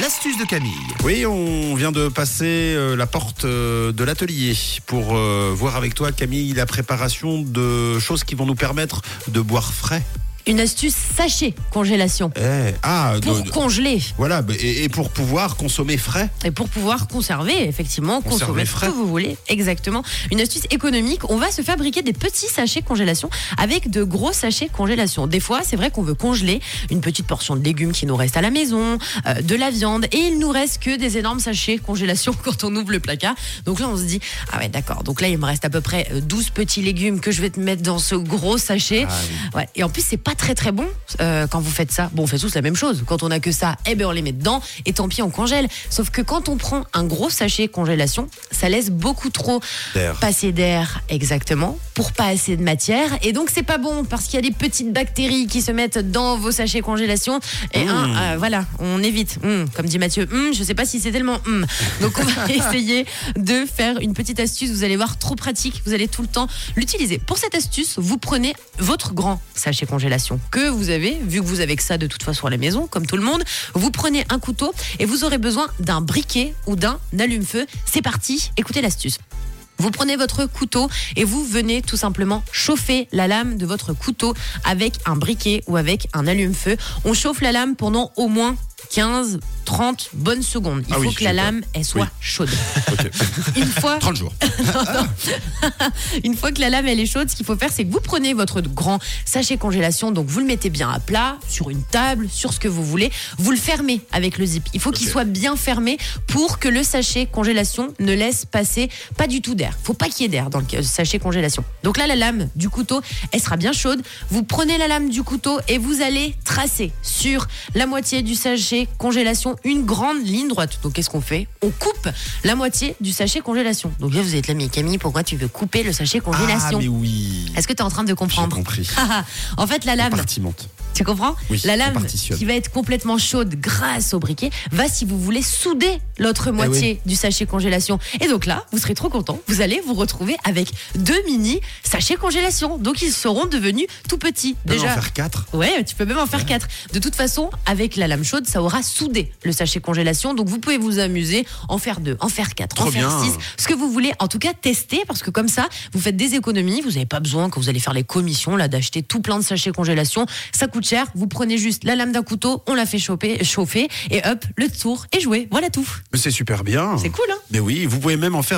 L'astuce de Camille. Oui, on vient de passer euh, la porte euh, de l'atelier pour euh, voir avec toi, Camille, la préparation de choses qui vont nous permettre de boire frais. Une astuce sachet congélation Eh, ah, de- pour de- congeler voilà, bah, et, et pour pouvoir consommer frais. et pour pouvoir conserver effectivement Conserver consommer frais. ce que vous voulez exactement. Une astuce économique, on va se fabriquer des petits sachets congélation avec de gros sachets congélation. Des fois, c'est vrai qu'on veut congeler une petite portion de légumes qui nous reste à la maison, euh, de la viande et il nous reste que des énormes sachets congélation quand on ouvre le placard. Donc là, on se dit ah ouais, d'accord. Donc là, il me reste à peu près euh, 12 petits légumes que je vais te mettre dans ce gros sachet. Ouais, et en plus, c'est pas très très bon euh, quand vous faites ça. Bon, on fait tous la même chose. Quand on a que ça, eh ben on les met dedans et tant pis, on congèle. Sauf que quand on prend un gros sachet congélation, ça laisse beaucoup trop D'air. passer d'air, exactement, pour pas assez de matière. Et donc, c'est pas bon parce qu'il y a des petites bactéries qui se mettent dans vos sachets congélation. Et hein, euh, voilà, on évite. Hum, comme dit Mathieu, hum, je sais pas si c'est tellement hum. Donc, on va essayer de faire une petite astuce. Vous allez voir, trop pratique. Vous allez tout le temps l'utiliser. Pour cette astuce, vous prenez votre grand sachet congélation que vous avez, vu que vous avez que ça de toute façon à la maison, comme tout le monde. Vous prenez un couteau et vous aurez besoin d'un briquet ou d'un allume-feu. C'est parti, écoutez l'astuce. Vous prenez votre couteau et vous venez tout simplement chauffer la lame de votre couteau avec un briquet ou avec un allume-feu. On chauffe la lame pendant au moins 15, 30 bonnes secondes. Il Ah faut oui, que la je sais pas. lame elle soit Oui. chaude. Une fois 30 jours. une fois que la lame elle est chaude, ce qu'il faut faire, c'est que vous prenez votre grand sachet congélation, donc vous le mettez bien à plat, sur une table, sur ce que vous voulez. Vous le fermez avec le zip. Il faut qu'il Ok. soit bien fermé pour que le sachet congélation ne laisse passer pas du tout d'air. Faut pas qu'il y ait d'air dans le sachet congélation. Donc là, la lame du couteau, elle sera bien chaude. Vous prenez la lame du couteau et vous allez tracer sur la moitié du sachet congélation une grande ligne droite. Donc qu'est-ce qu'on fait On coupe la moitié du sachet congélation. Donc là, vous êtes là, mais Camille, pourquoi tu veux couper le sachet Ah, congélation mais oui. Est-ce que tu es en train de J'ai comprendre compris. En fait, la lame, Compartimente. tu comprends Oui, La lame on partitionne. qui va être complètement chaude grâce au briquet va, si vous voulez, souder Eh l'autre moitié du sachet congélation. Et donc là, vous serez trop content. Vous allez vous retrouver avec deux mini sachets congélation. Donc ils seront devenus tout petits. On peut Déjà, en faire 4. Ouais, tu peux même en faire quatre. De toute façon, avec la lame chaude, ça aura soudé le sachet congélation. Donc vous pouvez vous amuser, en faire deux, en faire quatre, Trop en faire bien. six, ce que vous voulez. En tout cas, tester parce que comme ça, vous faites des économies. Vous n'avez pas besoin quand vous allez faire les commissions là d'acheter tout plein de sachets congélation. Ça coûte cher. Vous prenez juste la lame d'un couteau, on la fait choper, chauffer et hop, le tour est joué. Voilà tout. Mais c'est super bien. C'est cool, hein Mais oui, vous pouvez même en faire